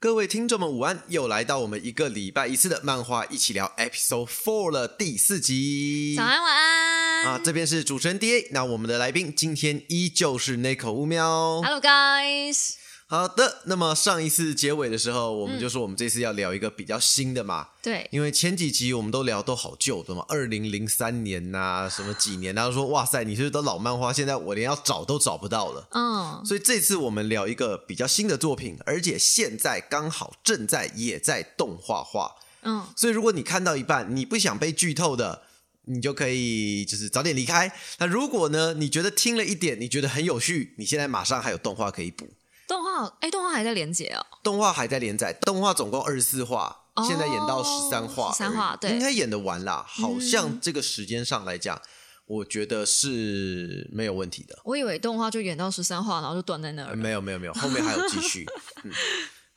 各位听众们午安，又来到我们一个礼拜一次的漫画一起聊 Episode Four 了第四集。早安，晚安。啊，这边是主持人 D A，那我们的来宾今天依旧是那口乌喵。 Hello guys，好的，那么上一次结尾的时候，嗯我们就说我们这次要聊一个比较新的嘛，对，因为前几集我们都聊都好旧的嘛，二零零三年呐、什么几年、啊，然后说哇塞，你是不是都老漫画，现在我连要找都找不到了。嗯，所以这次我们聊一个比较新的作品，而且现在刚好正在也在动画化，嗯，所以如果你看到一半，你不想被剧透的，你就可以就是早点离开。那如果呢，你觉得听了一点，你觉得很有趣，你现在马上还有动画可以补，动画好，哎，动画还在连结哦。动画还在连载，动画总共二十四话哦，现在演到十三话而已， 13话对嗯应该演得完啦。好像这个时间上来讲，我觉得是没有问题的。我以为动画就演到十三话，然后就断在那儿了。没有没有没有， 后面还有继续。嗯，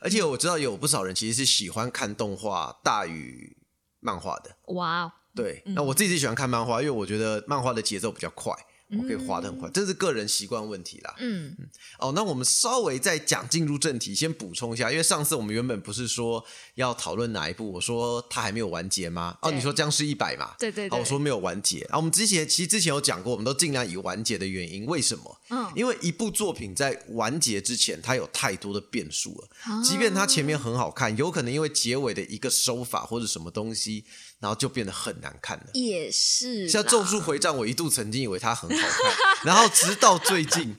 而且我知道有不少人其实是喜欢看动画大于漫画的。哇哦，对，那我自己是喜欢看漫画，因为我觉得漫画的节奏比较快，我可以滑得很快，这是个人习惯问题啦。嗯，哦，那我们稍微再讲进入正题，先补充一下，因为上次我们原本不是说要讨论哪一部，我说它还没有完结吗？哦，对你说僵尸一百嘛？对对哦，对，我说没有完结啊。我们之前其实之前有讲过，我们都尽量以完结的原因，为什么？嗯因为一部作品在完结之前，它有太多的变数了。啊即便它前面很好看，有可能因为结尾的一个手法或者什么东西，然后就变得很难看了。也是啦，像《咒术回战》，我一度曾经以为它很好看， 然后直到最 近，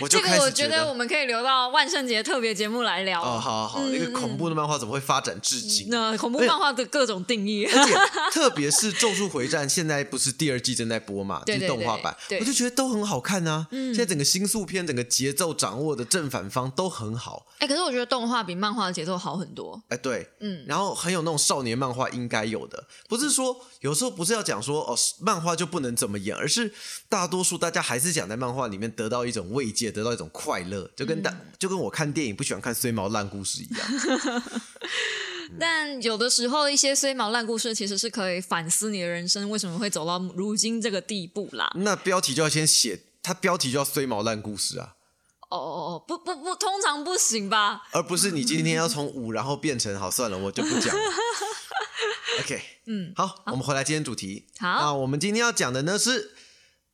我就这开个，我始觉得得我嗯们可以留到万圣节特别节目来聊。哦，好好好，那个恐怖的漫画怎么会发展至今？那恐怖漫画的各种定义，而且特别是《咒术回战》，现在不是第二季正在播嘛，就对是对动画版，对对嗯我就觉得都很好看啊。现在整个新宿片，整个节奏掌握的正反方都很好， 哎，可是我觉得动画比漫画的节奏好很多。哎，对，嗯，然后很有那种少年漫画应该有的，不是说有时候不是要讲说哦，漫画就不能怎么演，而是大多数大家还是想在漫画里面得到一种慰藉，得到一种快乐，就跟大、就跟我看电影不喜欢看衰毛烂故事一样。嗯但有的时候一些虽毛烂故事其实是可以反思你的人生为什么会走到如今这个地步啦。那标题就要先写，它标题就要衰毛烂故事啊，哦哦哦，不不不，通常不行吧？而不是你今天要从五然后变成好算了，我就不讲了。OK，嗯，好，我们回来今天主题。好那我们今天要讲的呢是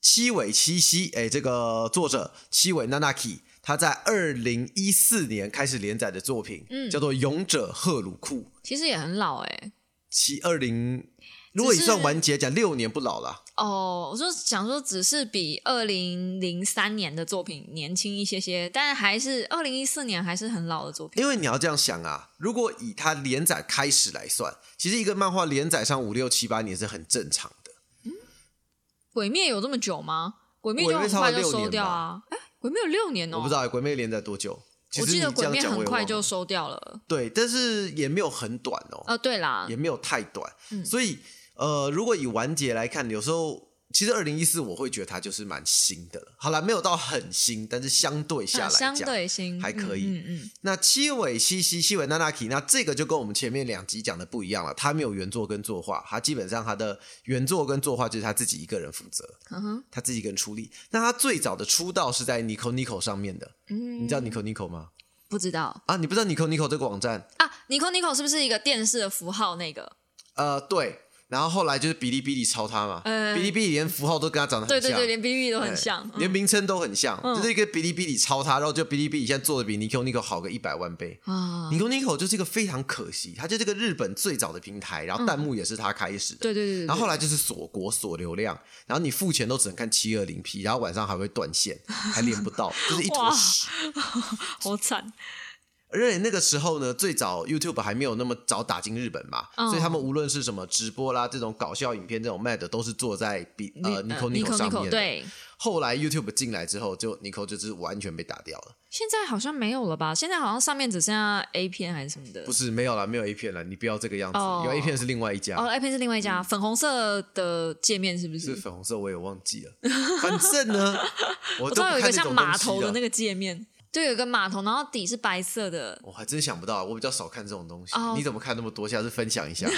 七尾七夕，哎，这个作者七尾娜娜 k 他在二零一四年开始连载的作品，嗯叫做《勇者赫鲁库》，其实也很老哎、七二零，如果你算完结讲六年不老了，哦，我就想说，只是比二零零三年的作品年轻一些些，但还是二零一四年还是很老的作品。因为你要这样想啊，如果以它连载开始来算，其实一个漫画连载上五六七八年是很正常的。鬼灭有这么久吗？鬼灭鬼就灭很差快不多就六收年掉啊！哎，鬼灭有六年哦，我不知道、鬼灭连载多久，其我实记得你这鬼样灭讲我很也快忘就了收掉了。对，但是也没有很短哦，呃，对啦也，没有太短，嗯所以呃，如果以完结来看，有时候其实二零一四我会觉得它就是蛮新的了。好啦，没有到很新，但是相对下啊来相讲，对新还可以嗯嗯嗯，那七尾西西七尾娜娜 k 那这个就跟我们前面两集讲的不一样了，他没有原作跟作画，他基本上他的原作跟作画就是他自己一个人负责，嗯哼，他自己一个人出力。那他最早的出道是在 Nico Nico 上面的，嗯你知道 Nico Nico 吗？不知道啊，你不知道 Nico Nico 这个网站？啊？Nico Nico 是不是一个电视的符号？那个，呃，对。然后后来就是哔哩哔哩抄他嘛，嗯哔哩哔哩连符号都跟他长得很对像，对对，连 B B 都很对像，连嗯名称都很像，嗯就是一个哔哩哔哩抄他，然后就哔哩哔哩现在做的比 Nico Nico 好个一百万倍。啊， Nico Nico 就是一个非常可惜，它就是这个日本最早的平台，然后弹幕也是它开始的，嗯对对对对，然后后来来就是锁国锁流量，然后你付钱都只能看七二零 P，然后晚上还会断线，还连不到，就是一坨哇屎。好惨，而且那个时候呢，最早 YouTube 还没有那么早打进日本嘛，嗯所以他们无论是什么直播啦、这种搞笑影片、这种卖的，都是做在比呃 Nico 嗯 Nico 上面 Nico 的。，对。后来 YouTube 进来之后，就 Nico 就是完全被打掉了。现在好像没有了吧？现在好像上面只剩下 A 片还是什么的不。是没有了，没有 A 片了，你不要这个样子。哦有 A 片是另外一家，哦，A 片是另外一家，粉红色的界面是不嗯是是？粉红色，我也忘记了。反正 呢，我我都知不道有一看那个像种码东西头的了那个界面，就有一个码头，然后底是白色的。我还真想不到，我比较少看这种东西。哦你怎么看那么多？下次分享一下。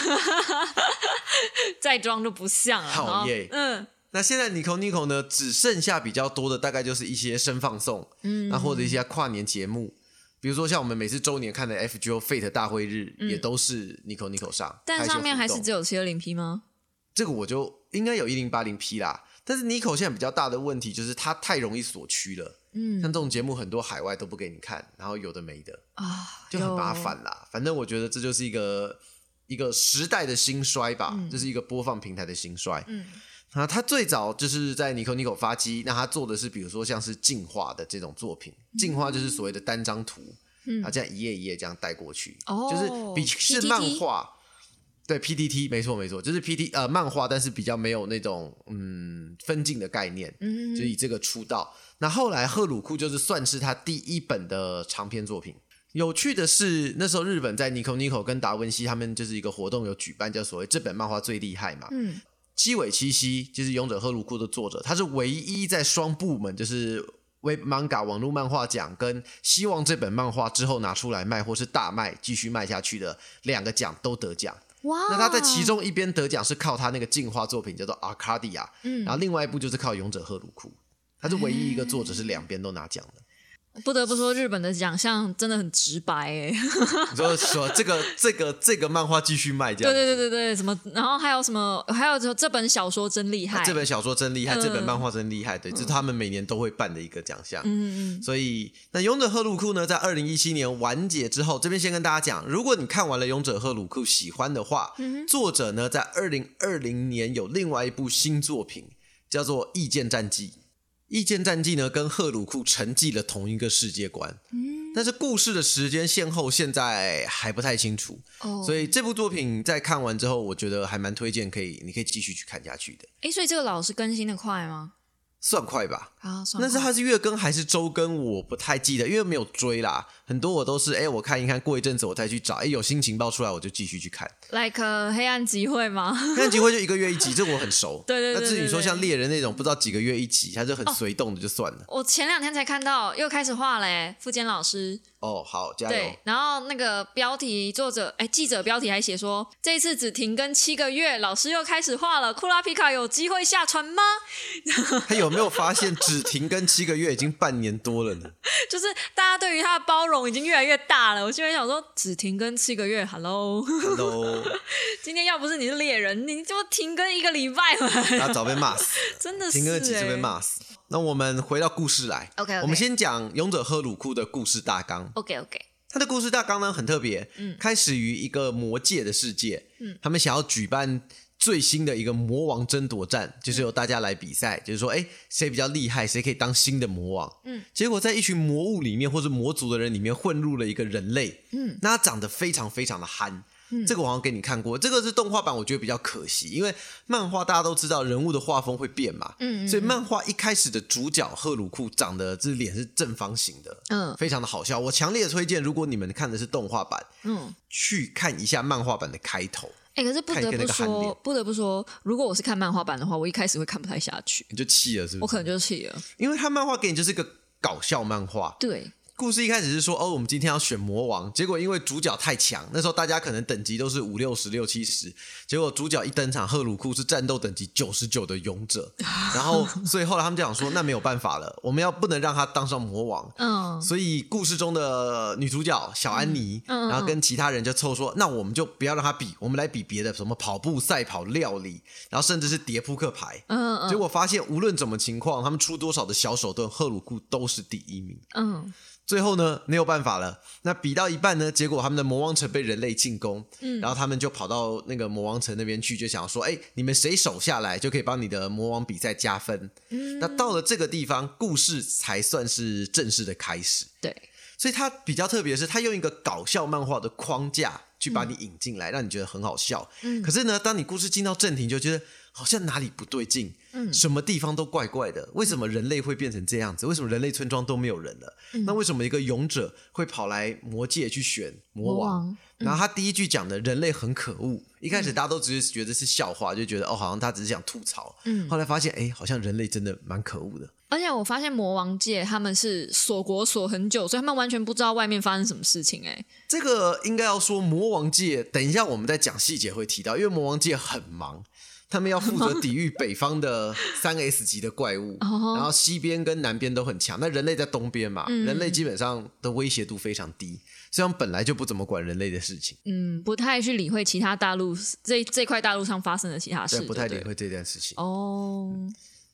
再装就不像了。好然后耶嗯，那现在 Nico Nico 呢，只剩下比较多的大概就是一些生放送，嗯，那或者一些跨年节目，比如说像我们每次周年看的 FGO Fate 大会日，也都是 Nico Nico 上，嗯但一些上面活还是动只有七二零 P 吗？这个我就应该有一零八零 P 啦。但是 Nico 现在比较大的问题就是它太容易锁区了，嗯像这种节目很多海外都不给你看，然后有的没的。啊，就很麻有。烦啦。反正我觉得这就是一个一个时代的兴衰吧，这是一个播放平台的兴衰。嗯，那它最早就是在 Nico Nico 发机，那它做的是比如说像是进化的这种作品，进化就是所谓的单张图，它这样一页一页这样带过去，嗯哦就是比 PTT 是漫画。对 PTT 没错没错，就是 PT 呃漫画，但是比较没有那种嗯分镜的概念，嗯就以这个出道。那后来赫鲁库就是算是他第一本的长篇作品。有趣的是，那时候日本在 Nico Nico 跟达文西他们就是一个活动有举办，叫所谓这本漫画最厉害嘛。嗯，基尾七夕就是《勇者赫鲁库》的作者，他是唯一在双部门就是 Web Manga 网络漫画奖跟希望这本漫画之后拿出来卖或是大卖继续卖下去的两个奖都得奖。哇，那他在其中一边得奖是靠他那个进化作品叫做《阿卡迪亚》，嗯然后另外一部就是靠《勇者赫鲁库》，他是唯一一个作者是两边都拿奖的。不得不说，日本的奖项真的很直白哎、你说说这个这个这个漫画继续卖这 样，对对对对对，什么？然后还有什么？还有就这本小说真厉害，啊这本小说真厉害，这本嗯漫画真厉害，对，这是他们每年都会办的一个奖项。嗯嗯所以，那《勇者赫鲁库》呢，在二零一七年完结之后，这边先跟大家讲，如果你看完了《勇者赫鲁库》喜欢的话，作者呢在二零二零年有另外一部新作品，叫做《意见战记》。《意见战记》呢，跟赫鲁库承继了同一个世界观，但是故事的时间先后现在还不太清楚，嗯，哦，所以以这部作品在看完之后，我觉得还蛮推荐，可以你可以继续去看下去的，哎，所以这个老师更新的快吗？算快吧。啊，算但是快它是月更还是周更，我不太记得，因为没有追啦。很多我都是哎、诶我看一看，过一阵子我再去找，哎、有新情报出来我就继续去 看。 like、呃黑暗集会吗？ 那集会就一个月一集，这我很熟。对对对那对至于说对哦像猎人那种不知道几个月一集，它就很随动的就算了。我前两天才看到，又开始画嘞、富坚老师。哦好，加油对。，然后那个标题作者，哎，记者标题还写说，这一次只停更七个月，老师又开始画了，库拉皮卡有机会下船吗？ 他有没有发现只停更七个月已经半年多了呢？就是大家对于他的包容已经越来越大了。我就会想说，只停更七个月，Hello， 都今天要不是你是猎人，你就停更一个礼拜嘛，大家早被骂死， 真的是、欸、停更了几次被骂死。那我们回到故事来 OK，OK 我们先讲《勇者赫鲁库》的故事大纲。 OK OK，他的故事大纲呢很特别，嗯开始于一个魔界的世界，他们想要举办最新的一个魔王争夺战，就是由大家来比赛，就是说，哎，谁比较厉害，谁可以当新的魔王，嗯结果在一群魔物里面或者魔族的人里面混入了一个人类，嗯，那他长得非常非常的憨。这个我好像给你看过，这个是动画版，我觉得比较可惜，因为漫画大家都知道人物的画风会变嘛，嗯嗯所以漫画一开始的主角赫鲁库长得这脸是正方形的，嗯非常的好笑。我强烈推荐，如果你们看的是动画版，嗯，去看一下漫画版的开头，哎、可是不看一个得那不个韩说脸，不得不说，如果我是看漫画版的话，我一开始会看不太下去，你就气了，是我不可是？能就气了。因为他漫画给你就是个搞笑漫画，对，故事一开始是说，哦，我们今天要选魔王，结果因为主角太强，那时候大家可能等级都是五六十、六七十，结果主角一登场，赫鲁库是战斗等级九十九的勇者，然后所以后来他们就想说，那没有办法了，我们要不能让他当上魔王，嗯所以故事中的女主角小安妮，嗯嗯嗯然后跟其他人就凑说，那我们就不要让她比，我们来比别的，什么跑步、赛跑、料理，然后甚至是叠扑克牌。嗯结嗯果发现，无论怎么情况，他们出多少的小手段，赫鲁库都是第一名。嗯，最后呢，没有办法了。那比到一半呢，结果他们的魔王城被人类进攻，嗯，然后他们就跑到那个魔王城那边去，就想说，哎，你们谁守下来，就可以帮你的魔王比赛加分。嗯，那到了这个地方，故事才算是正式的开始。对，所以它比较特别的是，它用一个搞笑漫画的框架去把你引进来，让你觉得很好笑。嗯可是呢，当你故事进到正题，就觉得好像哪里不对劲，嗯什么地方都怪怪的。为什么人类会变成这样子？为什么人类村庄都没有人了？嗯那为什么一个勇者会跑来魔界去选魔魔王？王嗯然后他第一句讲的人类很可恶，一开始大家都只是觉得是笑话，就觉得哦，好像他只是想吐槽。嗯后来发现，哎，好像人类真的蛮可恶的。而且我发现魔王界他们是锁国锁很久，所以他们完全不知道外面发生什么事情、哎，这个应该要说魔王界，等一下我们再讲细节会提到，因为魔王界很忙，他们要负责抵御北方的三 S 级的怪物， 哦然后西边跟南边都很强。那人类在东边嘛，嗯人类基本上的威胁度非常低，所以他们本来就不怎么管人类的事情，嗯，不太去理会其他大陆这这块大陆上发生的其他对，事，不太对理对会这件事情。哦，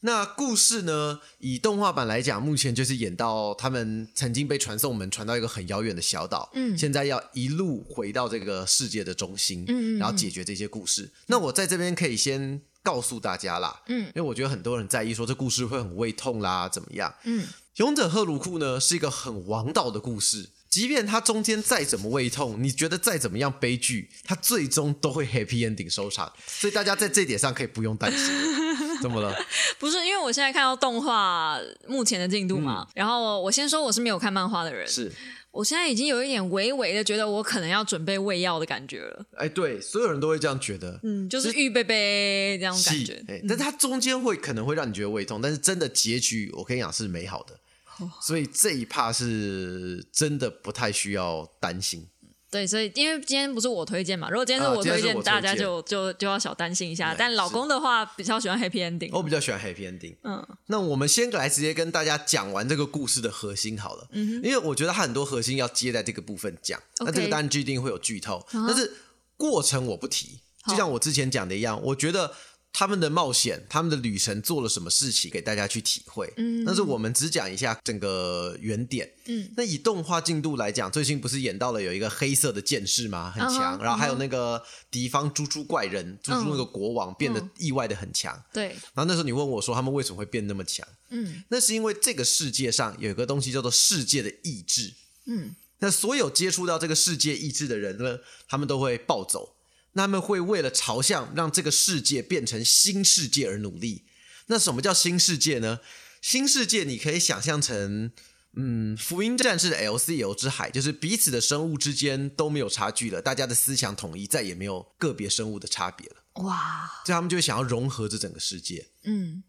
那故事呢，以动画版来讲，目前就是演到他们曾经被传送门传到一个很遥远的小岛，嗯现在要一路回到这个世界的中心，嗯嗯嗯然后解决这些故事。那我在这边可以先告诉大家啦，嗯因为我觉得很多人在意说这故事会很胃痛啦，怎么样？嗯，勇者赫鲁库呢是一个很王道的故事，即便它中间再怎么胃痛，你觉得再怎么样悲剧，它最终都会 happy ending 收场，所以大家在这一点上可以不用担心。怎么了？不是，因为我现在看到动画目前的进度嘛，然后我先说我是没有看漫画的人，嗯是。我现在已经有一点微微的觉得我可能要准备喂药的感觉了，哎，对，所有人都会这样觉得。嗯，就是预备备这样感是觉，，嗯哎，但它中间会可能会让你觉得胃痛，但是真的结局，我跟你讲是美好的，哦所以这一趴是真的不太需要担心。对，所以因为今天不是我推荐嘛，如果今天是啊我今天推是荐，我推大家荐就就就要小担心一下。对但老是公的话比较喜欢 happy ending，、我比较喜欢 happy ending。嗯，那我们先来直接跟大家讲完这个故事的核心好了，嗯、因为我觉得它很多核心要接在这个部分讲。那这 OK 啊个当然就一定会有剧透，但是过程我不提，就像我之前讲的一样，我觉得。他们的冒险，他们的旅程做了什么事情，给大家去体会。嗯但是我们只讲一下整个原点。嗯，那以动画进度来讲，最近不是演到了有一个黑色的剑士吗？很强嗯哼然后还有那个敌方猪猪怪人，猪猪那个国王变嗯得意外的很强。对，然后那时候你问我说他们为什么会变那么强？嗯那是因为这个世界上有一个东西叫做世界的意志。嗯，那所有接触到这个世界意志的人呢，他们都会暴走。那他们会为了朝向让这个世界变成新世界而努力。那什么叫新世界呢？新世界你可以想象成，嗯，福音战士的 LCL 之海，就是彼此的生物之间都没有差距了，大家的思想统一，再也没有个别生物的差别了。哇，所以他们就想要融合这整个世界。嗯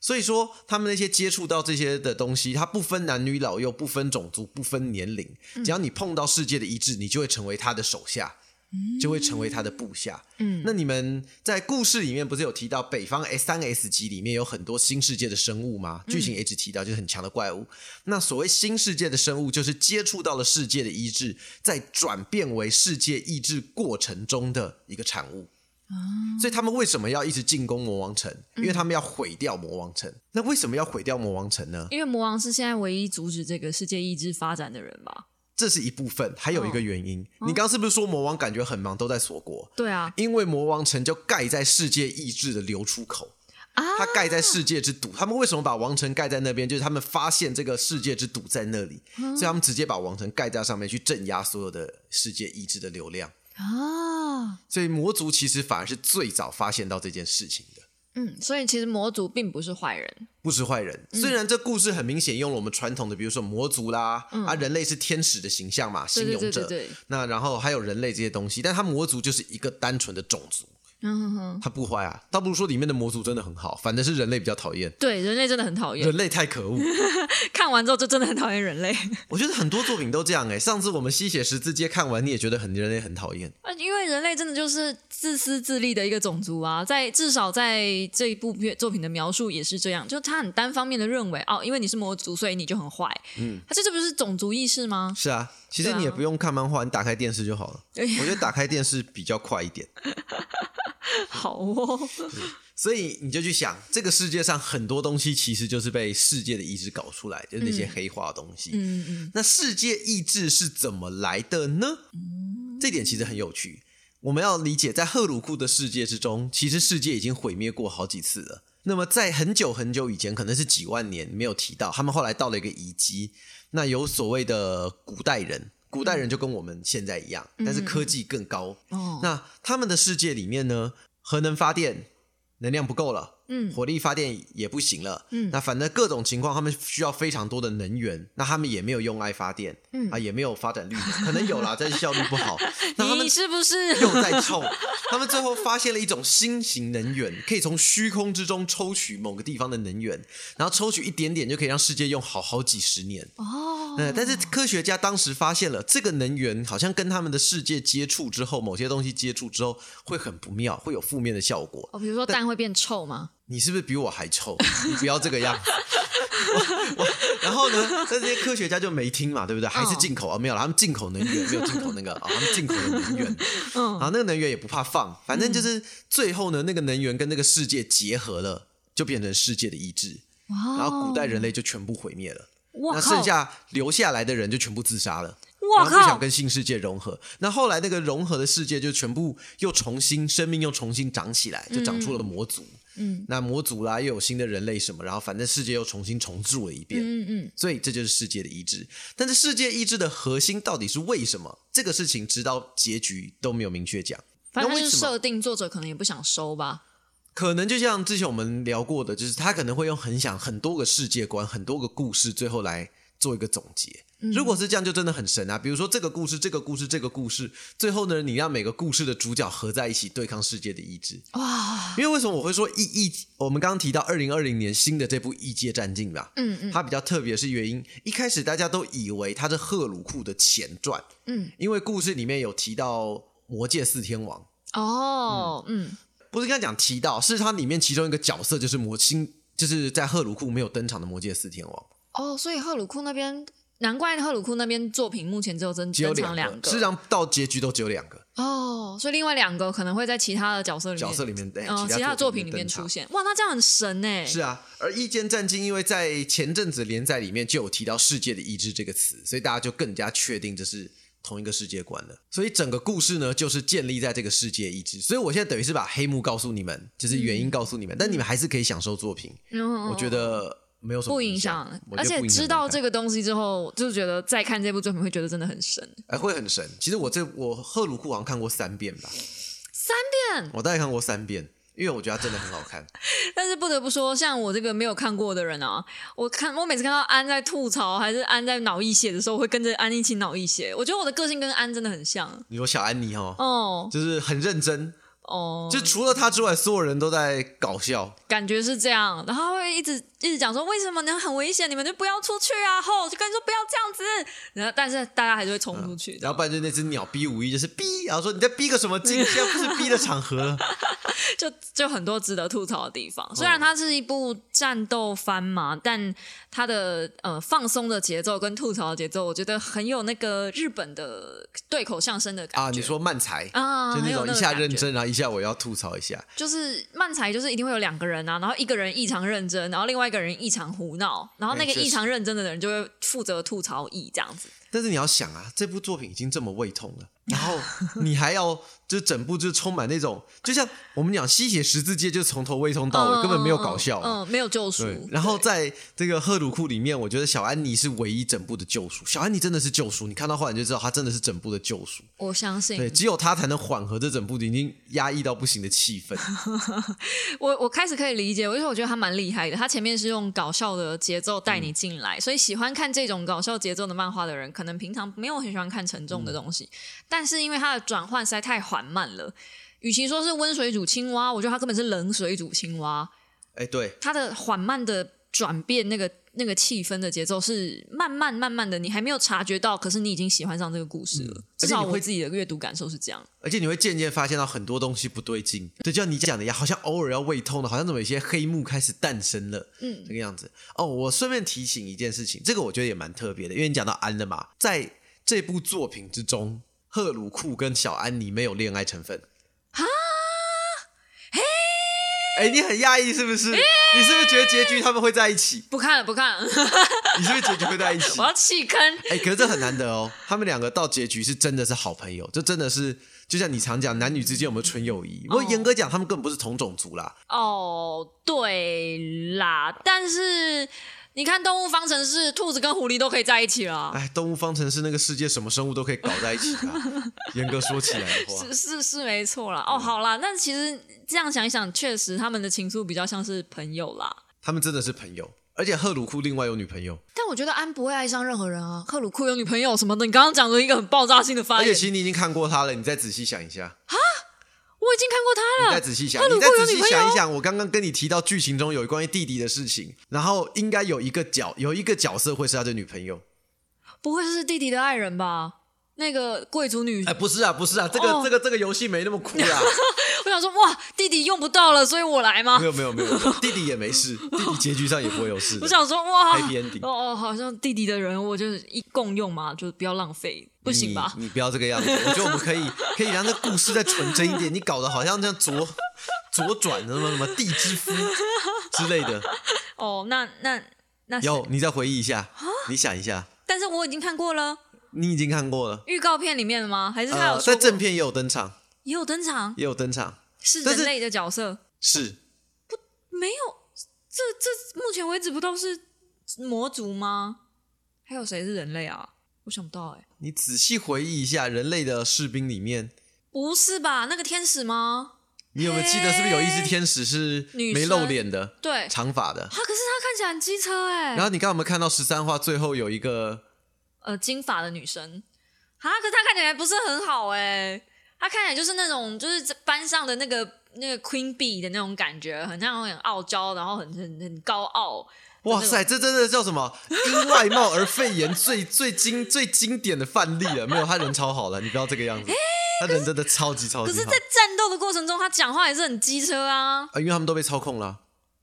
所以说，他们那些接触到这些的东西，它不分男女老幼，不分种族，不分年龄，只要你碰到世界的意志，你就会成为他的手下，就会成为他的部下。嗯，那你们在故事里面不是有提到北方 S 三 S 级里面有很多新世界的生物吗？剧情也只提到就是很强的怪物。那所谓新世界的生物，就是接触到了世界的意志，在转变为世界意志过程中的一个产物。所以他们为什么要一直进攻魔王城？因嗯为他们要毁掉魔王城。那为什么要毁掉魔王城呢？因为魔王是现在唯一阻止这个世界意志发展的人吧？这是一部分，还有一个原因。你刚刚是不是说魔王感觉很忙，都在锁国？嗯哦对啊，因为魔王城就盖在世界意志的流出口。啊它盖在世界之堵，他们为什么把王城盖在那边？就是他们发现这个世界之堵在那里，嗯所以他们直接把王城盖在上面去镇压所有的世界意志的流量。啊，所以魔族其实反而是最早发现到这件事情的。嗯，所以其实魔族并不是坏人，不是坏人。嗯虽然这故事很明显用了我们传统的，比如说魔族啦，啊，人类是天使的形象嘛，嗯对新对勇对者，对对，那然后还有人类这些东西，但他魔族就是一个单纯的种族，嗯哼哼，他不坏啊，倒不如说里面的魔族真的很好，反正是人类比较讨厌。对，人类真的很讨厌，人类太可 恶，看完之后就真的很讨厌人类，我觉得很多作品都这样哎、上次我们《吸血十字街》看完，你也觉得很人类很讨厌，啊，因为人类真的就是自私自利的一个种族啊，在至少在这一部片作品的描述也是这样，就他很单方面的认为哦，因为你是魔族，所以你就很坏。嗯，他这这不是种族意识吗？是啊，其实对啊你也不用看漫画，你打开电视就好了。哎呀我觉得打开电视比较快一点。 好哦，所以你就去想，这个世界上很多东西其实就是被世界的意志搞出来，就是那些黑化的东西。嗯嗯，那世界意志是怎么来的呢？这点其实很有趣。我们要理解，在赫鲁库的世界之中，其实世界已经毁灭过好几次了。那么在很久很久以前，可能是几万年没有提到，他们后来到了一个遗迹，那有所谓的古代人，古代人就跟我们现在一样，但是科技更高。哦，那他们的世界里面呢，核能发电能量不够了，嗯火力发电也不行了，嗯那反正各种情况，他们需要非常多的能源，那他们也没有用爱发电，嗯啊，也没有发展绿 能，可能有啦，但是效率不好。那他们你是不是？又在冲，他们最后发现了一种新型能源，可以从虚空之中抽取某个地方的能源，然后抽取一点点就可以让世界用好好几十年。哦，嗯，但是科学家当时发现了这个能源好像跟他们的世界接触之后，某些东西接触之后会很不妙，会有负面的效果。哦，比如说蛋会变臭吗？你是不是比我还臭？你不要这个样 子。我我然后呢？但这些科学家就没听嘛，对不对？还是进口啊、没有啦，他们进口能源，没有进口那个 啊、他们进口的能源。嗯，然后那个能源也不怕放，反正就是最后呢，那个能源跟那个世界结合了，就变成世界的意志。哇然后古代人类就全部毁灭了。我那靠剩，下留下来的人就全部自杀了，我然后不想靠，跟新世界融合。那后来那个融合的世界就全部又重新生命又重新长起来，就长出了魔族。嗯，那魔族啦，又有新的人类什么，然后反正世界又重新重置了一遍。嗯嗯，所以这就是世界的意志，但是世界意志的核心到底是为什么？这个事情直到结局都没有明确讲。反正那他为什就么设定作者可能也不想收吧。可能就像之前我们聊过的，就是他可能会用很想很多个世界观、很多个故事，最后来做一个总结。嗯如果是这样，就真的很神啊！比如说这个故事、这个故事、这个故事，最后呢，你让每个故事的主角合在一起对抗世界的意嗯志。哇，因为为什么我会说异异？我们刚刚提到二零二零年新的这部《异界战境》吧，嗯嗯它比较特别是原因，一开始大家都以为它是赫鲁库的前传，嗯，因为故事里面有提到魔界四天王，哦，嗯，不是刚才讲提到，是它里面其中一个角色就是魔星，就是在赫鲁库没有登场的魔界四天王，哦，所以赫鲁库那边，难怪赫鲁库那边作品目前只有登只有登场两啊个，事实上到结局都只有两个哦，所以另外两个可能会在其他的角色里面，角色里面，哎、嗯，其他的作作品里面登场出现。哇，那这样很神哎、是啊，而《意见战经》因为在前阵子连载里面就有提到“世界的意志”这个词，所以大家就更加确定这是同一个世界观了。所以整个故事呢，就是建立在这个世界意志。所以我现在等于是把黑幕告诉你们，就是原因告诉你们，但你们还是可以享受作品。嗯，我觉得没有什么不影影响响，我觉而得且不影响知道观这个东西之后，就觉得再看这部作品会觉得真的很神。哎、会很神。其实我这我赫鲁库好像看过三遍吧，三遍，我大概看过三遍，因为我觉得它真的很好看。但是不得不说，像我这个没有看过的人啊，我看我每次看到安在吐槽还是安在脑溢血的时候，我会跟着安一起脑溢血。我觉得我的个性跟安真的很像。你说小安妮哦，哦就是很认真，哦，就除了他之外，所有人都在搞笑。感觉是这样，然后他会一直一直讲说为什么你很危险，你们就不要出去啊！吼，就跟你说不要这样子。然后，但是大家还是会冲出 去。然后不然就那只鸟逼五一就是逼，然后说你在逼个什么劲？现在不是逼的场合 了。就就很多值得吐槽的地方。虽然它是一部战斗番嘛，但它的呃放松的节奏跟吐槽的节奏，我觉得很有那个日本的对口相声的感觉。啊，你说慢才，啊，就很那有种那一个下感认觉，真，然后一下我要吐槽一下。就是漫才，就是一定会有两个人啊，然后一个人异常认真，然后另外一个人异常胡闹，然后那哎个确实异常认真的人就会负责吐槽异这样子。但是你要想啊，这部作品已经这么胃痛了，然后你还要就整部就充满那种，就像我们讲吸血十字街，就从头胃痛到尾，嗯根本没有搞笑。啊嗯，嗯没有救赎对。，然后对在这个赫鲁库里面，我觉得小安妮是唯一整部的救赎。小安妮真的是救赎，你看到后来你就知道她真的是整部的救赎。我相信，对，只有她才能缓和这整部已经压抑到不行的气氛。我我开始可以理解，因为我觉得他蛮厉害的。他前面是用搞笑的节奏带嗯你进来，所以喜欢看这种搞笑节奏的漫画的人，可能平常没有很喜欢看沉重嗯的东西。但是因为它的转换实在太缓慢了，与其说是温水煮青蛙，我觉得它根本是冷水煮青蛙。哎，对，它的缓慢的转变，那个那个气氛的节奏是慢慢慢慢的，你还没有察觉到，可是你已经喜欢上这个故事了。嗯而且至你少会我自己的阅读感受是这样。而且你会渐渐发现到很多东西不对劲，对，就像你讲的一样，好像偶尔要胃痛了，好像怎么有些黑幕开始诞生了，嗯，这个样子。哦，我顺便提醒一件事情，这个我觉得也蛮特别的，因为你讲到安了嘛，在这部作品之中，赫鲁库跟小安妮没有恋爱成分啊，嘿，哎，你很压抑是不是？你是不是觉得结局他们会在一起？不看了，不看了，你是不是结局会在一起 我？要弃坑。哎、可是这很难得哦，他们两个到结局是真的是好朋友，这真的是就像你常讲，男女之间有没有纯友谊？不过严格讲，他们根本不是同种族啦。哦，对啦，但是你看《动物方程式》，兔子跟狐狸都可以在一起了，哎，动物方程式那个世界，什么生物都可以搞在一起 啊。严格说起来的话，是是是没错啦。哦，好啦，但其实这样想一想，确实他们的情愫比较像是朋友啦。他们真的是朋友，而且赫鲁库另外有女朋友，但我觉得安不会爱上任何人啊，克鲁库有女朋友什么的，你刚刚讲了一个很爆炸性的发而言，我且已其实你已经看过他了，你再仔细想一下，经看过你他再了。仔细想赫，鲁你库再有仔细女朋想一友想，我刚刚跟你提到剧情中有关于弟弟的事情，然后应该有一个角有一个角色会是他的女朋友，不会是弟弟的爱人吧？那个贵族女，哎，不是啊，不是啊，这个、哦这个这个游戏没那么酷啊 啦。我想说，哇，弟弟用不到了，所以我来 吗没？有没有没有，弟弟也没事，弟弟结局上也不会有事的。我想说，哇， Happy ending 哦哦，好像弟弟的人，我就是一共用嘛，就不要浪费，不行吧？你？你不要这个样子，我觉得我们可以可以让这故事再纯真一点。你搞得好像像左左转什么什么地之夫之类 的。哦，那那那是，有，你再回忆一下，你想一下，但是我已经看过了，你已经看过了。预告片里面的吗？还是他有呃，在说过、正片也有登场，也有登场，也有登场，是但是人类的角色？是没有，这这目前为止不都是魔族吗？还有谁是人类啊？我想不到哎、你仔细回忆一下，人类的士兵里面，不是吧？那个天使吗？你有没有记得是不是有一只天使是女没生露脸的，对，啊，长发的？可是他看起来很机车哎、然后你刚刚有没有看到十三话最后有一个呃金发的女生啊，可是她看起来不是很好哎、她看起来就是那种就是在班上的那个那个 Queen Bee 的那种感觉，很像很傲娇，然后很很很高傲。哇塞，这真的叫什么？因外貌而肺炎最最经最经典的范例了。没有，他人超好了，你不要这个样子。他人真的超级超可级是，好在战斗的过程中，她讲话也是很机车啊。啊，因为他们都被操控了啊。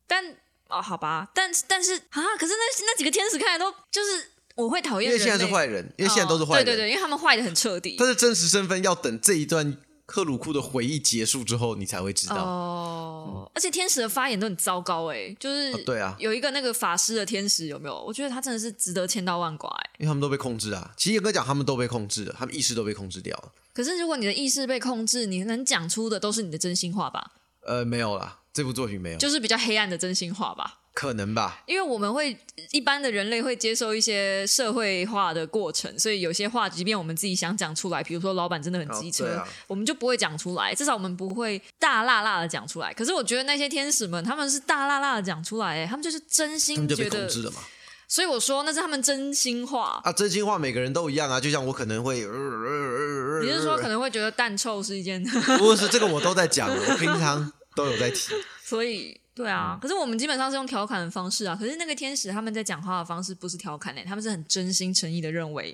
但哦，好吧，但但是啊，可是那那几个天使看起来都就是我会讨因厌为人类，现在是坏人，因为现在都是坏人。哦对对对，因为他们坏的很彻底。但是真实身份要等这一段克鲁库的回忆结束之后，你才会知道。哦，而且天使的发言都很糟糕哎、就是、嗯哦对啊有一个那个法师的天使有没有？我觉得他真的是值得千刀万剐哎、因为他们都被控制啊。其实严格讲，他们都被控制了，他们意识都被控制掉了。可是如果你的意识被控制，你能讲出的都是你的真心话吧？呃，没有啦，这部作品没有，就是比较黑暗的真心话吧？可能吧。因为我们会一般的人类会接受一些社会化的过程，所以有些话，即便我们自己想讲出来，比如说老板真的很机车，哦对啊我们就不会讲出来，至少我们不会大辣辣的讲出来。可是我觉得那些天使们，他们是大辣辣的讲出来、哎他们就是真他心们就觉被控得，制了嘛？所以我说那是他们真心话。啊，真心话每个人都一样啊，就像我可能会，你你是说可能会觉得蛋臭是一件，不是这个我都在讲，我平常都有在提。所以嗯对啊，可是我们基本上是用调侃的方式啊。可是那个天使他们在讲话的方式不是调侃嘞、欸他们是很真心诚意的认为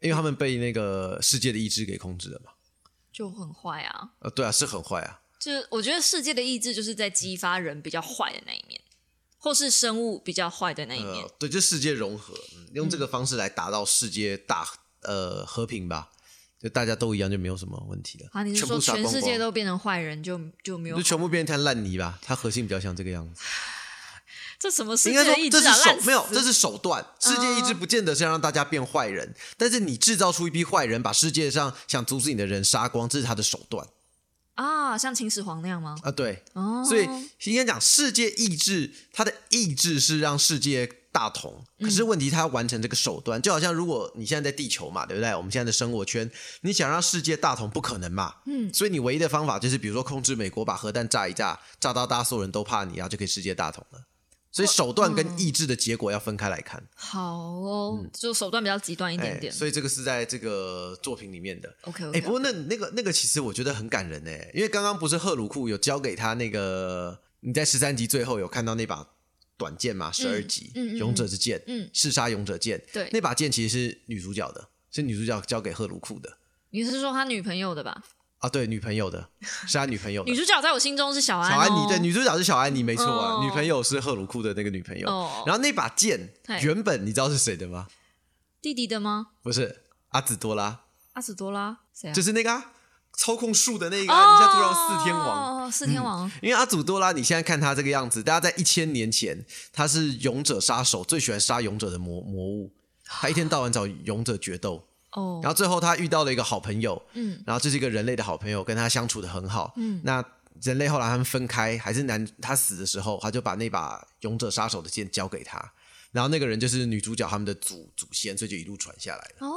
因为他们被那个世界的意志给控制了嘛。就很坏啊。呃，对啊，是很坏啊。就是我觉得世界的意志就是在激发人比较坏的那一面，或是生物比较坏的那一面。呃，对，就世界融合，嗯用这个方式来达到世界大呃和平吧，就大家都一样，就没有什么问题了。啊，你是全部说杀全光世界光都变成坏人就就没有就？全部变成一滩烂泥吧？它核心比较像这个样子。这什么世应界该的说意这志是啊？手烂死嗯没有，这是手段。世界意志不见得是要让大家变坏人，但是你制造出一批坏人，把世界上想阻止你的人杀光，这是他的手段啊，像秦始皇那样吗？啊。对，哦，所以应该讲世界意志，它的意志是让世界大同。可嗯是问题，它要完成这个手段，就好像如果你现在在地球嘛，对不对？我们现在的生活圈，你想让世界大同，不可能嘛。嗯，所以你唯一的方法就是，比如说控制美国，把核弹炸一炸，炸到大家所有人都怕你，然后就可以世界大同了。所以手段嗯跟意志的结果要分开来看。好哦，就手段比较极端一嗯哎，点点。所以这个是在这个作品里面的。 OK 哎、 OK，不过那那个那个其实我觉得很感人哎、因为刚刚不是赫鲁库有交给他那个你在十三集最后有看到那把短剑吗？十二集、嗯嗯嗯勇者之剑，嗯嗜杀勇者剑，对那把剑其实是女主角的，是女主角交给赫鲁库的你是说他女朋友的吧？啊，对，女朋友的，是他女朋友的女。主角在我心中是小安、哦，小安妮对，女主角是小安妮没错啊，哦女朋友是赫鲁库的那个女朋友。哦然后那把剑嗨原本你知道是谁的吗？弟弟的吗？不是阿紫多拉，阿斯多拉谁啊？就是那个、啊、操控术的那个、哦啊，你现在突然四天王。嗯哦，四天王，因为阿祖多拉，你现在看他这个样子，大家在一千年前，他是勇者杀手，最喜欢杀勇者的魔魔物，他一天到晚找勇者决斗。哦，然后最后他遇到了一个好朋友，嗯，然后这是一个人类的好朋友，跟他相处的很好，嗯，那人类后来他们分开，还是男他死的时候，他就把那把勇者杀手的剑交给他，然后那个人就是女主角他们的祖祖先，所以就一路传下来了。哦，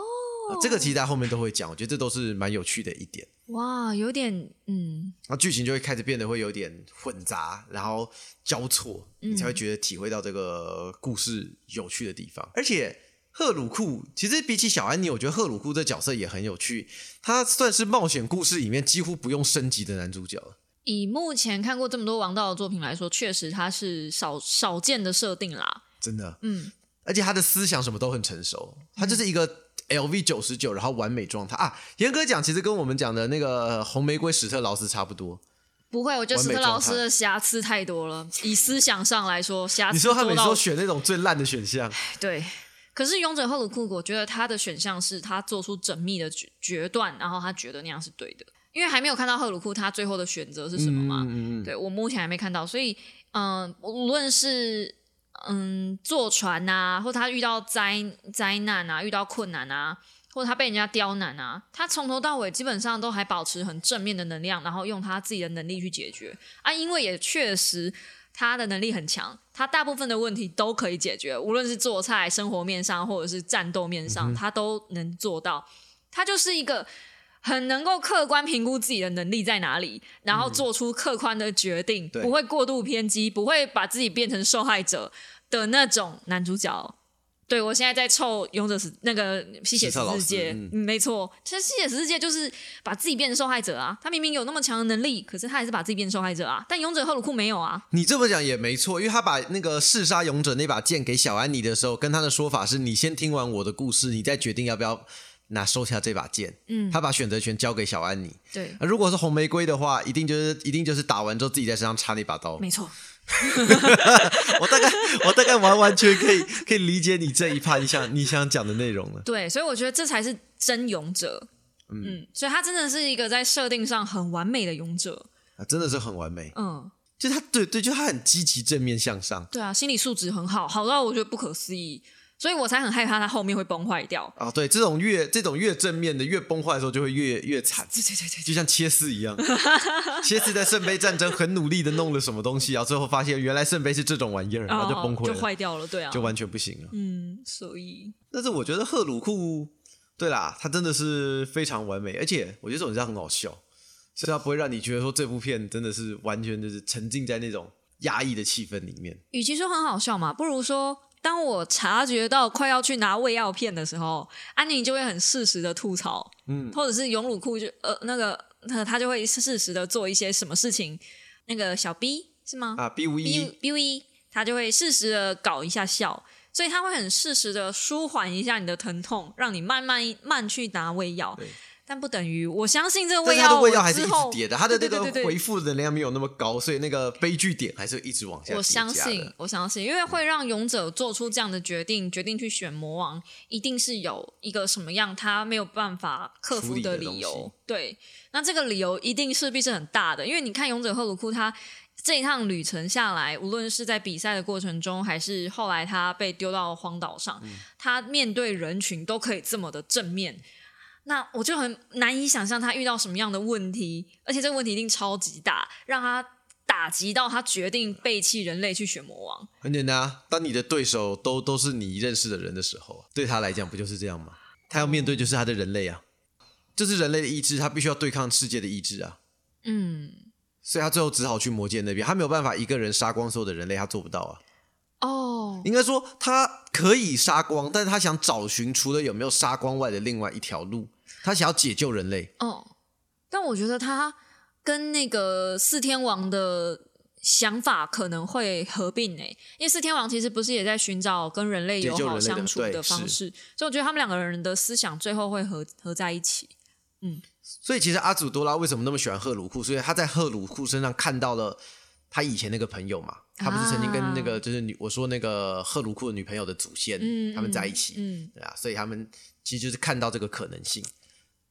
啊这个其实大家后面都会讲，我觉得这都是蛮有趣的一点。哇，有点嗯，那剧情就会开始变得会有点混杂，然后交错，你嗯才会觉得体会到这个故事有趣的地方。而且赫鲁库其实比起小安妮，我觉得赫鲁库这角色也很有趣，他算是冒险故事里面几乎不用升级的男主角了。以目前看过这么多王道的作品来说，确实它是少少见的设定啦。真的，嗯，而且他的思想什么都很成熟，他就是一个 LV 九十九，然后完美状态啊。严格讲，其实跟我们讲的那个红玫瑰史特劳斯差不多。不会，我觉得完史美特状劳斯态的瑕疵太多了。以思想上来说，瑕疵你说他多每次到都选那种最烂的选项，对。可是勇者赫鲁库，我觉得他的选项是他做出缜密的决决断，然后他觉得那样是对的，因为还没有看到赫鲁库他最后的选择是什么啊嘛。嗯嗯嗯，对我目前还没看到，所以嗯、呃无论是嗯坐船呐、或他遇到灾灾难啊，遇到困难啊，或他被人家刁难啊，他从头到尾基本上都还保持很正面的能量，然后用他自己的能力去解决啊，因为也确实。他的能力很强，他大部分的问题都可以解决，无论是做菜、生活面上，或者是战斗面上，他都能做到。他就是一个很能够客观评估自己的能力在哪里，然后做出客观的决定，对不会过度偏激，不会把自己变成受害者的那种男主角。对我现在在凑《勇者死那个吸血史十字特劳界斯，嗯嗯没错，其实吸血十字界就是把自己变成受害者啊。他明明有那么强的能力，可是他还是把自己变成受害者啊。但勇者赫鲁库没有啊，你这么讲也没错，因为他把那个嗜杀勇者那把剑给小安妮的时候，跟他的说法是：你先听完我的故事，你再决定要不要拿收下这把剑。嗯，他把选择权交给小安妮。对，啊如果是红玫瑰的话，一定就是一定就是打完之后自己在身上插那把刀。没错。我大概 我大概完完全可以可以理解你这一趴你想你想讲的内容了。对，所以我觉得这才是真勇者。嗯，所以他真的是一个在设定上很完美的勇者。啊，真的是很完美，嗯，就他对对，就他很积极正面向上对啊，心理素质很好，好到我觉得不可思议，所以我才很害怕他后面会崩坏掉。啊。对，这种越这种越正面的越崩坏的时候，就会越越惨，对对对对，就像切斯 一样，切斯在圣杯战争很努力的弄了什么东西，然后最后发现原来圣杯是这种玩意儿，然后就崩溃哦就了，坏掉了，对啊，就完全不行了。嗯，所以但是我觉得赫鲁库，对啦，他真的是非常完美，而且我觉得这种人家很好笑，所以他不会让你觉得说这部片真的是完全就是沉浸在那种压抑的气氛里面。与其说很好笑嘛，不如说。当我察觉到快要去拿胃药片的时候，安妮就会很适时的吐槽，嗯，或者是永鲁库就呃那个他他就会适时的做一些什么事情，那个小 B 是吗？啊，B 五 B 一 B U E，他就会适时的搞一下笑，所以他会很适时的舒缓一下你的疼痛，让你慢慢慢去拿胃药对。但不等于我相信这个但胃是他药，的我味道还是一之直后叠的，他的那对对个对对对回复的能量没有那么高，所以那个悲剧点还是一直往下我叠加相的信，我相信，因为会让勇者做出这样的决定，决定去选魔王，一定是有一个什么样他没有办法克处服理的东理由西。对，那这个理由一定势必是很大的，因为你看勇者赫鲁库他这一趟旅程下来，无论是在比赛的过程中，还是后来他被丢到荒岛上，嗯他面对人群都可以这么的正面。那我就很难以想象他遇到什么样的问题，而且这个问题一定超级大，让他打击到他决定背弃人类去选魔王。很简单啊，当你的对手都都是你认识的人的时候，啊对他来讲不就是这样吗？他要面对就是他的人类啊，就是人类的意志，他必须要对抗世界的意志啊。嗯，所以他最后只好去魔界那边，他没有办法一个人杀光所有的人类，他做不到啊。哦，应该说他可以杀光，但是他想找寻除了有没有杀光外的另外一条路，他想要解救人类。哦，但我觉得他跟那个四天王的想法可能会合并诶、因为四天王其实不是也在寻找跟人类友解救人好类的相处对的方式，所以我觉得他们两个人的思想最后会合合在一起。所以其实阿祖多拉为什么那么喜欢赫鲁库？所以他在赫鲁库身上看到了他以前那个朋友嘛，他不是曾经跟那个就是女我说那个赫鲁库的女朋友的祖先、嗯，他们在一起，嗯，嗯对啊，所以他们其实就是看到这个可能性。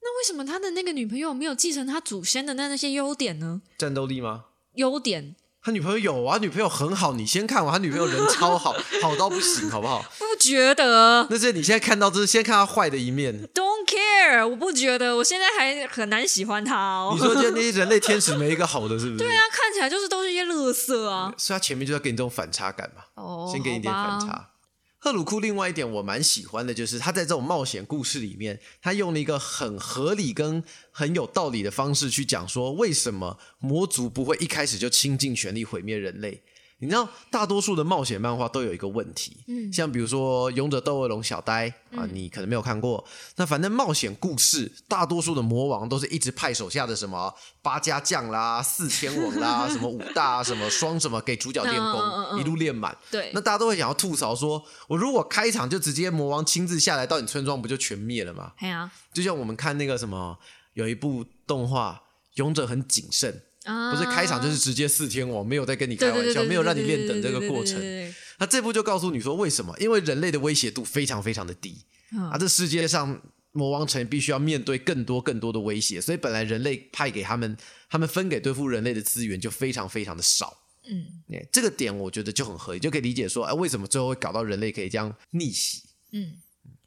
那为什么他的那个女朋友没有继承他祖先的那那些优点呢？战斗力吗？优点他女朋友有啊，女朋友很好，你先看完，他女朋友人超好， 好到不行，好不好？不觉得那是你现在看到，这是先看他坏的一面。 ？Don't care，我不觉得，我现在还很难喜欢他哦 你。说就那些人类天使没一个好的，是不是？对啊，他看起来就是都是一些垃圾啊。所以他前面就要给你这种反差感嘛，哦先给你一点反。好吧差。赫鲁库另外一点我蛮喜欢的，就是他在这种冒险故事里面，他用了一个很合理跟很有道理的方式去讲说，为什么魔族不会一开始就倾尽全力毁灭人类，你知道，大多数的冒险漫画都有一个问题，嗯，像比如说《勇者斗恶龙小呆》啊，嗯你可能没有看过。那反正冒险故事，大多数的魔王都是一直派手下的什么八家将啦、四天王 啦、什么五大啊、什么双什么给主角练功，嗯嗯嗯嗯一路练满。对那大家都会想要吐槽说，我如果开场就直接魔王亲自下来到你村庄，不就全灭了吗？哎呀就像我们看那个什么，有一部动画《勇者很谨慎》，啊，不是开场就是直接四天王，没有在跟你开对对玩对笑，对，没有让你对练等这个过。对程。对对对对对那这部就告诉你说为什么？因为人类的威胁度非常非常的低嗯啊，这世界上魔王城必须要面对更多更多的威胁，所以本来人类派给他们，他们分给对付人类的资源就非常非常的少。嗯哎这个点我觉得就很合理，就可以理解说，哎，为什么最后会搞到人类可以这样逆袭？嗯，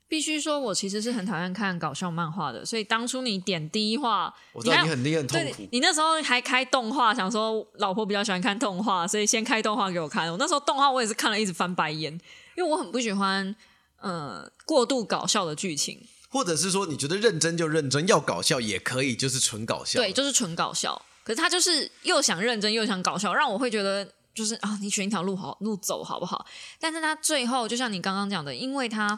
必须说，我其实是很讨厌看搞笑漫画的，所以当初你点第一话，我知道还你很你很痛对苦你，你那时候还开动画，想说老婆比较喜欢看动画，所以先开动画给我看。我那时候动画我也是看了一直翻白眼，因为我很不喜欢呃过度搞笑的剧情，或者是说你觉得认真就认真，要搞笑也可以，就是纯搞笑。对，就是纯搞笑。可是他就是又想认真又想搞笑，让我会觉得就是啊，你选一条路好路走好不好？但是他最后就像你刚刚讲的，因为他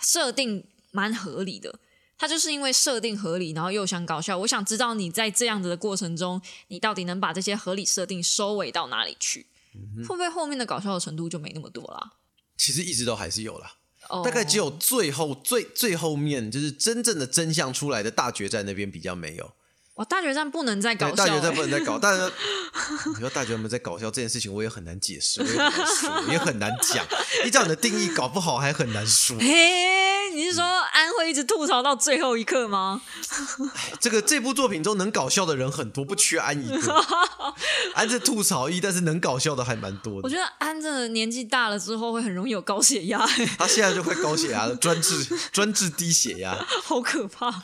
设定蛮合理的。他就是因为设定合理，然后又想搞笑。我想知道你在这样子的过程中，你到底能把这些合理设定收尾到哪里去？嗯会不会后面的搞笑的程度就没那么多啦？其实一直都还是有啦。哦大概只有最后最最后面，就是真正的真相出来的大决战那边比较没有。哇，大决战不能再搞对，笑、大决战欸不能再 搞，但是你说大决战不能再搞笑这件事情，我也很难解释，我也很难说，也很难讲。依照你的定义，搞不好还很难说。嘿，你是说安徽一直吐槽到最后一刻吗？这个这部作品中能搞笑的人很多，不缺安一 个。安是吐槽一，但是能搞笑的还蛮多我的。觉得安真的年纪大了之后会很容易有高血压， 他现在就会高血压了，专治 专治低血压。好可怕。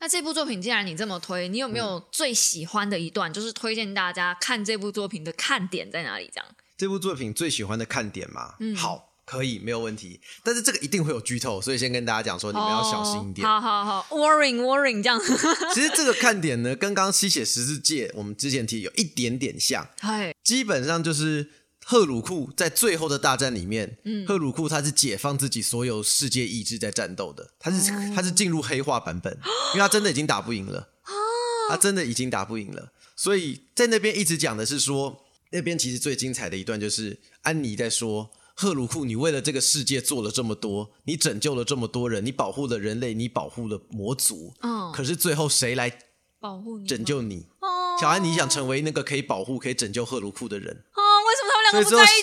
那这部作品既然你这么推，你有嗯没有最喜欢的一段？就是推荐大家看这部作品的看点在哪里？这样这部作品最喜欢的看点嘛，嗯好，可以没有问题。但是这个一定会有剧透，所以先跟大家讲说，你们要小心一点。哦好好好，warning warning，这样。 其实这个看点呢，跟刚刚吸血十字戒我们之前提有一点点像，嗨，基本上就是赫鲁库在最后的大战里面，嗯，赫鲁库他是解放自己所有世界意志在战斗的，他是、他是进入黑化版本，因为他真的已经打不赢了，他真的已经打不赢了，所以在那边一直讲的是说，那边其实最精彩的一段就是安妮在说。赫鲁库，你为了这个世界做了这么多，你拯救了这么多人，你保护了人类，你保护了魔族，嗯，可是最后谁来保护你吗，拯救你？哦小安，你想成为那个可以保护、可以拯救赫鲁库的人，哦，为什么他们两个不所以说在一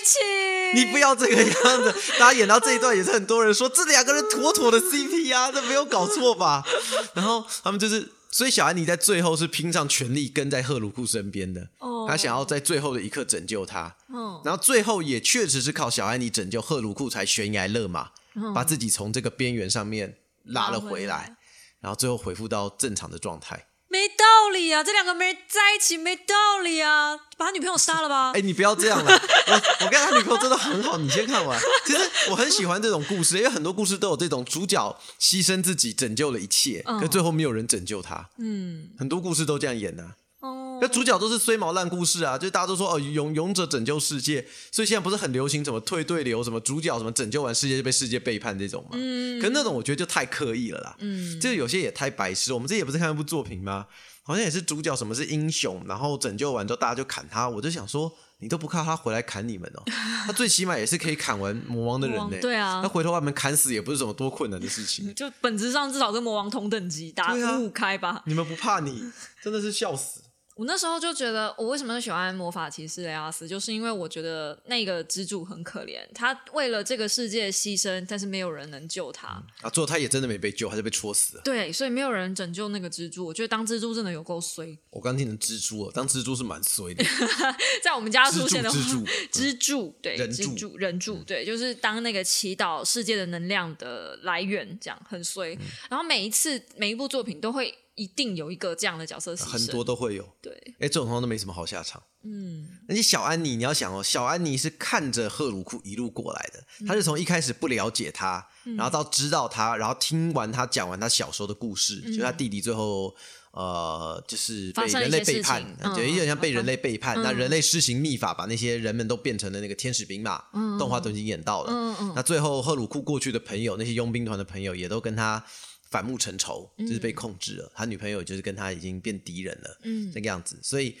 起？你不要这个样子。 大家演到这一段，也是很多人说这两个人妥妥的 CP 啊，这没有搞错吧？ 然后他们就是，所以小安妮在最后是拼上全力跟在赫鲁库身边的，哦他想要在最后的一刻拯救他。嗯然后最后也确实是靠小安妮拯救赫鲁库才悬崖勒马，把自己从这个边缘上面拉了嗯拉回回来来，然后最后恢复到正常的状态。没道理啊，这两个没在一起没道理啊，把他女朋友杀了吧。哎、你不要这样了，我我跟他女朋友真的很好，你先看完。其实我很喜欢这种故事，因为很多故事都有这种主角牺牲自己拯救了一切，嗯可最后没有人拯救他。嗯，很多故事都这样演呐、啊，哦那，主角都是衰毛烂故事啊，就大家都说哦勇勇者拯救世界，所以现在不是很流行什么退队流，什么主角什么拯救完世界就被世界背叛这种嘛。嗯，可是那种我觉得就太刻意了啦。嗯，这有些也太白痴。我们这也不是看一部作品吗？好像也是主角什么是英雄，然后拯救完之后大家就砍他，我就想说。你都不靠他回来砍你们哦，他最起码也是可以砍完魔王的人魔呢、王对啊他回头把你们砍死也不是什么多困难的事 情。就本质上至少跟魔王同等级，打对啊五五开吧。你们不怕你，真的是笑死。我那时候就觉得，我为什么喜欢魔法骑士雷阿斯，就是因为我觉得那个支柱很可怜，他为了这个世界牺牲，但是没有人能救他，啊，最后他也真的没被救，他就被戳死了。对，所以没有人拯救那个蜘蛛。我觉得当蜘蛛真的有够衰，我刚听成蜘蛛哦，当蜘蛛是蛮衰的， 在我们家出蜘蛛现的话，蜘蛛，支柱，对，人支柱嗯柱，人柱，对，就是当那个祈祷世界的能量的来源，这样很衰。嗯然后每一次每一部作品都会一定有一个这样的角色牺牲，很多都会有。对，哎，这种通常都没什么好下场。嗯，而且小安妮，你要想哦，小安妮是看着赫鲁库一路过来的，她是从一开始不了解嗯他，然后到知道他，然后听完他讲完他小时候的故事，就他弟弟最后呃，就是嗯发被生了人一类些背事叛情，呃对，嗯有点像被嗯人类背叛。那人类施行秘法，把那些人们都变成了那个天使兵马，动画都已经演到了。嗯嗯那最后赫鲁库过去的朋友，那些佣兵团的朋友也都跟他反目成仇，嗯就是被控制了。他女朋友就是跟他已经变敌人了，嗯，那个样子。所以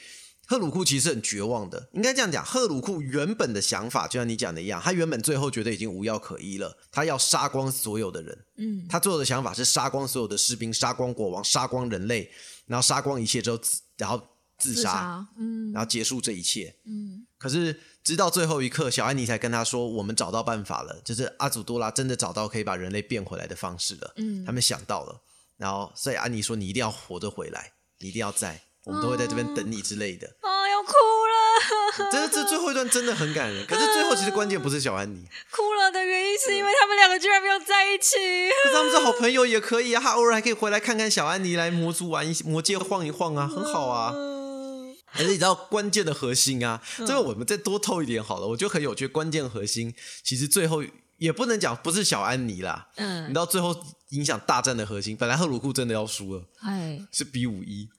赫鲁库其实很绝望的，应该这样讲。赫鲁库原本的想法，就像你讲的一样，他原本最后觉得已经无药可医了，他要杀光所有的人。嗯，他最后的想法是杀光所有的士兵，杀光国王，杀光人类，然后杀光一切之后，自然后自自杀，杀，嗯然后结束这一切。嗯可是直到最后一刻，小安妮才跟他说：“我们找到办法了，就是阿祖多拉真的找到可以把人类变回来的方式了。”嗯他们想到了，然后所以安妮说：“你一定要活着回来，你一定要在，我们都会在这边等你之类的。啊，要哭了，这这最后一段真的很感人。可是最后其实关键不是小嗯安妮，哭了的原因是因为他们两个居然没有在一起。可是他们是好朋友也可以啊，他偶尔还可以回来看看小安妮，来魔族玩一魔界晃一晃啊，很好啊。嗯可是你知道关键的核心啊，这个我们再多透一点好了，我觉得很有趣。关键核心其实最后也不能讲不是小安妮啦，你知嗯，道最后影响大战的核心，本来赫鲁库真的要输了，哎，是 B 五一。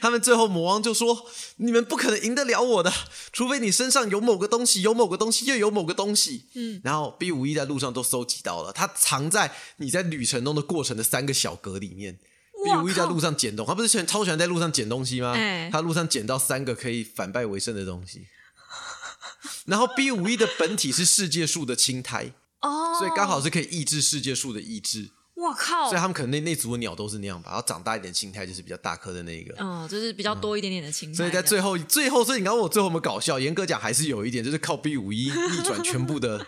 他们最后魔王就说：“你们不可能赢得了我的，除非你身上有某个东西，有某个东西，又有某个东西。”嗯，然后 B 五一在路上都搜集到了，它藏在你在旅程中的过程的三个小格里面。B 哇五一在靠路上捡东，他不是喜欢超喜欢在路上捡东西吗？哎他路上捡到三个可以反败为胜的东西。然后 B 五一的本体是世界树的青苔，哦，所以刚好，是可以抑制世界树的意志。我靠所以，他们可能那那组的鸟都是那样吧，然后长大一点，青苔就是比较大颗的那一个。嗯，就是比较多一点点的情感。嗯所以在最后，最后，所以你刚问我最后有没有搞笑？严格讲，还是有一点，就是靠 B 五 一逆转全部的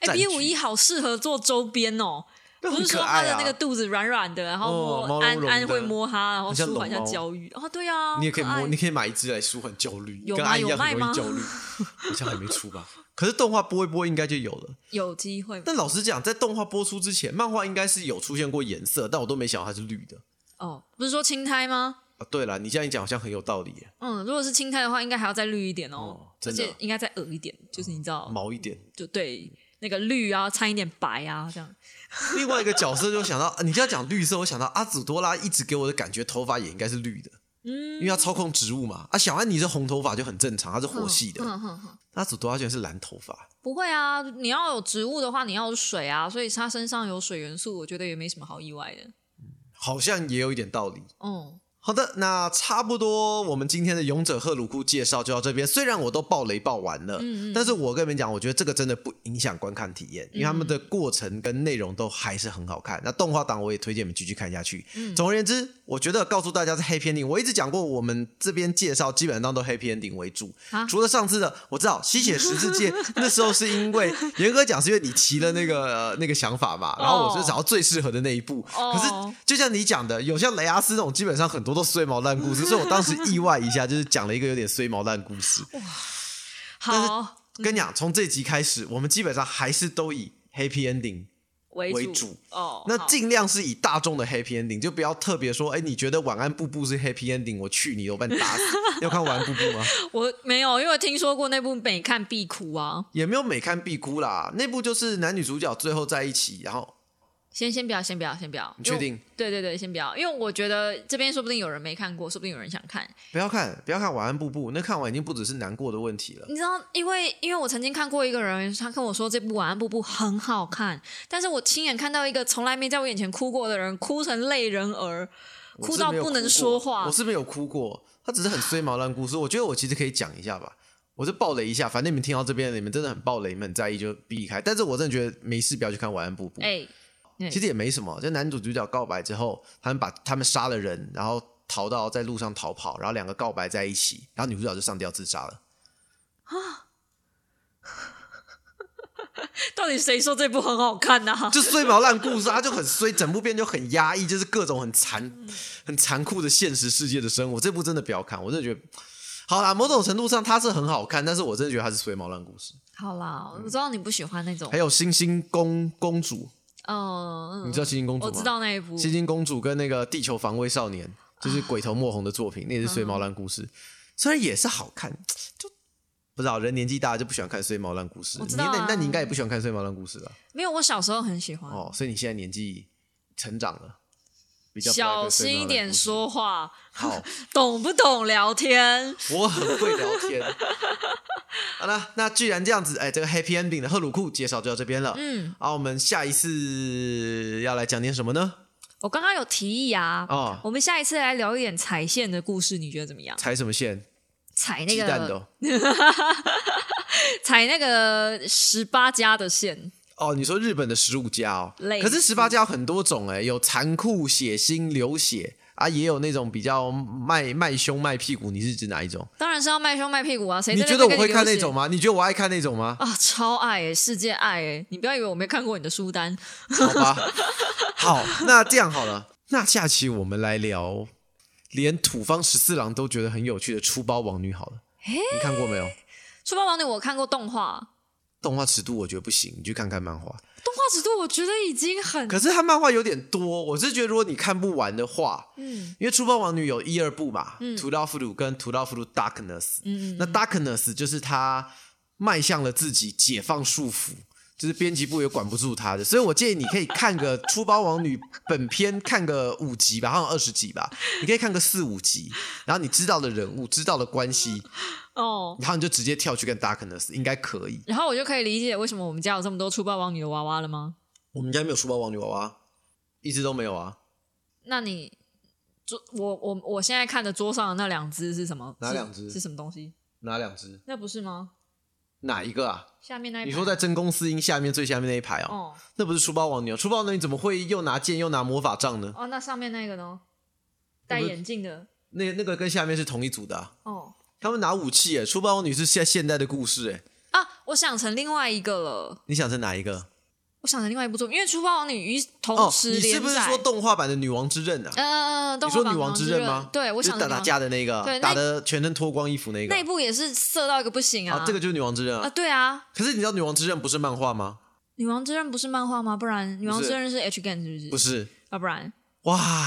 哎战，B 局。五一好适合做周边哦。那不很是可说他爱的啊。那个肚子软软的，然哦后摸毛安茸茸安的会摸它，然后很像舒缓一下龙猫焦虑。哦，对啊，你也可以好可摸，爱你可以买一只来舒缓焦虑，有跟吗安一有样卖很容吗易焦虑。好像还没出吧？可是动画播一播应该就有了。有机会吗但老实讲，在动画播出之前，漫画应该是有出现过颜色，但我都没想到它是绿的。哦，不是说青苔吗？啊，对了，你这样一讲好像很有道理耶，嗯，如果是青苔的话，应该还要再绿一点哦哦，而真的且应该再鹅一点，就是你知道，毛一点。就对那个绿啊，掺一点白啊，这样。另外一个角色就想到， 啊你这样讲绿色，我想到阿祖多拉一直给我的感觉，头发也应该是绿的，因嗯，为他操控植物嘛。啊，小安妮是红头发就很正常，她是火系的。哼哼哼阿祖多拉居然是蓝头发，不会啊，你要有植物的话，你要有水啊，所以它身上有水元素，我觉得也没什么好意外的。好像也有一点道理。嗯，好的，那差不多我们今天的勇者赫鲁库介绍就到这边。虽然我都爆雷爆完了，但是我跟你们讲，我觉得这个真的不影响观看体验，因为他们的过程跟内容都还是很好看。那动画档我也推荐你们继续看下去。总而言之，我觉得告诉大家是 happy ending。我一直讲过，我们这边介绍基本上都 happy ending 为主，啊除了上次的，我知道吸血十字戒那时候是因为严格讲是因为你提了那个、呃那个想法嘛，然后我就找到最适合的那一部。哦可是就像你讲的，有像雷阿斯那种，基本上很多都碎毛烂故 事，所以我当时意外一下，就是讲了一个有点碎毛烂故事。哦好，跟你讲，从这集开始，我们基本上还是都以 happy ending，为为主哦，那好尽量是以大众的 happy ending，就不要特别说，哎，你觉得晚安布布是 happy ending，我去你，我把你打死。你有看晚安布 布吗？我没有，因为我听说过那部每看必哭啊。也没有每看必哭啦，那部就是男女主角最后在一起，然后先先不要，先不要，先不要。你确定因为我？对对对，先不要，因为我觉得这边说不定有人没看过，说不定有人想看。不要看，不要看晚安布布，那看完已经不只是难过的问题了。你知道，因为因为我曾经看过一个人，他跟我说这部《晚安布布》很好看，但是我亲眼看到一个从来没在我眼前哭过的人，哭成泪人儿，我哭是到没有不能过说话我。是没有哭过，他只是很衰毛烂故事。我觉得我其实可以讲一下吧，我就爆雷一下，反正你们听到这边，你们真的很爆雷，你们很在意就避开。但是我真的觉得没事，不要去看晚安布布。哎，对其实也没什么，就男主主角告白之后，他们把他们杀了人，然后逃到在路上逃跑，然后两个告白在一起，然后女主角就上吊自杀了。到底谁说这部很好看啊呢、就衰毛烂故事，他就很衰，整部片就很压抑，就是各种很残、很残酷的现实世界的生活。这部真的不要看，我真的觉得，好啦，某种程度上它是很好看，但是我真的觉得它是衰毛烂故事。好啦，我知道你不喜欢那种还，有星星公公主，嗯，你知道星星公主我吗？知道那一部，星星公主跟那个地球防卫少年，就是鬼头莫红的作品，那也是衰毛烂故嗯事，虽然也是好看，就。不知道人年纪大就不喜欢看衰毛烂故事，我知你道啊那那你应该也不喜欢看衰毛烂故事了哦没有，我小时候很喜欢。哦，所以你现在年纪成长了，比较小心一点说话，好，懂不懂聊天？我很会聊天。 好了，那既然这样子，哎，这个 Happy Ending 的赫鲁库介绍就到这边了。嗯，啊，我们下一次要来讲点什么呢？我刚刚有提议啊，哦我们下一次来聊一点踩线的故事，你觉得怎么样？踩什么线？踩那鸡蛋的个哦。踩那个十八家的线，哦，你说日本的十五家哦类，可是似十八家有很多种哎、有残酷、血腥、流血啊，也有那种比较卖卖胸、卖屁股。你是指哪一种？当然是要卖胸卖屁股啊！谁你在那觉边得我跟会看流那血种吗？你觉得我爱看那种吗？啊，超爱诶，世界爱诶！你不要以为我没看过你的书单，好吧，好，那这样好了，那下期我们来聊连土方十四郎都觉得很有趣的出包王女好了。你看过没有？ 《书包王女》我看过动画，动画尺度我觉得不行，你去看看漫画。动画尺度我觉得已经很可是它漫画有点多，我是觉得如果你看不完的话，嗯因为《出包王女》有一二部嘛，嗯图拉夫鲁》跟《图拉夫鲁 Darkness》。嗯嗯那 Darkness 就是他迈向了自己解放束缚，就是编辑部也管不住他的，所以我建议你可以看个《出包王女》本片，看个五集吧，好像二十集吧，你可以看个四五集，然后你知道的人物、知道的关系，哦。然后你就直接跳去跟 Darkness，应该可以。然后我就可以理解为什么我们家有这么多《书包王女》的娃娃了吗？我们家没有《书包王女》娃娃，一直都没有啊。那你桌我我我现在看的桌上的那两只是什么？哪是两只是什么东西？哪两只？那不是吗？哪一个啊？下面那一你排说在真宫司音下面最下面那一排哦，哦那不是书包王女哦，书包王女怎么会又拿剑又拿魔法杖呢？哦，那上面那个呢？戴不是眼镜的那那个跟下面是同一组的啊、哦他们拿武器耶，出包王女是现现代的故事哎，啊，我想成另外一个了。你想成哪一个？我想成另外一部作品，因为《书包王女》与同哦，时你连载，是不是说动画版的女王之刃啊？呃，你动画说版女王之刃吗？对，我就想是打的女打王架的那个啊，对那打的全身脱光衣服那个那一啊。部也是色到一个不行啊！啊，这个就是女王之刃啊，啊。对啊，可是你知道女王之刃不是漫画吗？女王之刃不是漫画吗？不然女王之刃是 H g a n 是不是？不是，啊，不然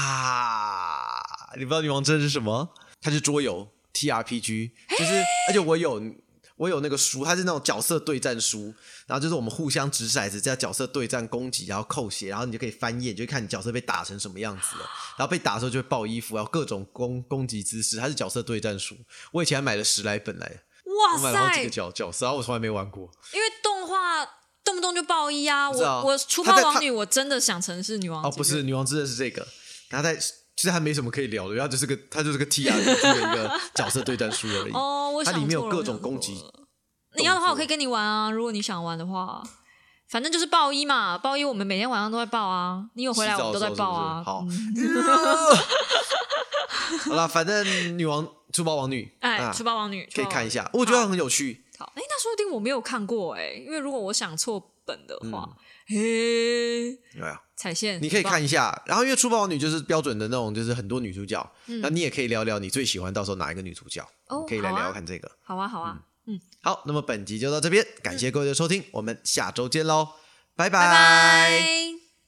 哇，你不知道女王之刃是什么？它是桌游 T R P G，就是而且我有。我有那个书，它是那种角色对战书，然后就是我们互相掷骰子，这样角色对战攻击，然后扣血，然后你就可以翻页，你就会看你角色被打成什么样子了。然后被打的时候就会爆衣服，然后各种攻攻击姿势，它是角色对战书。我以前还买了十来本来，哇我买了好几塞个，角角色，然后我从来没玩过。因为动画动不动就爆衣啊！不知道我我出他包在王他女，我真的想成是女王哦，之不是刃，女王之刃是这个，然后在其实还没什么可以聊的，然后就是个它就是个 T R 的一个角色对战书而已。哦，我它想里面有错了各种我想错攻击了你要的话，作我可以跟你玩啊，如果你想玩的话。反正就是爆衣嘛，爆衣我们每天晚上都在爆啊，你有回来洗我澡们的都在时候爆啊。嗯是不 是好，好啦，反正女王出包王女，哎，啊出包王女可以看一。出包下，哦王女我觉得很有趣。好，哎，那说不定我没有看过哎，因为如果我想错本的话，嘿，对啊，彩线嗯你可以很棒看一下。然后因为出包王女就是标准的那种，就是很多女主角，那你也可以聊聊你最喜欢到时候哪一个女主角，嗯哦可以来好啊聊聊看这个。好啊，好嗯啊，好，那么本集就到这边，感谢各位的收听，我们下周见喽，拜拜拜。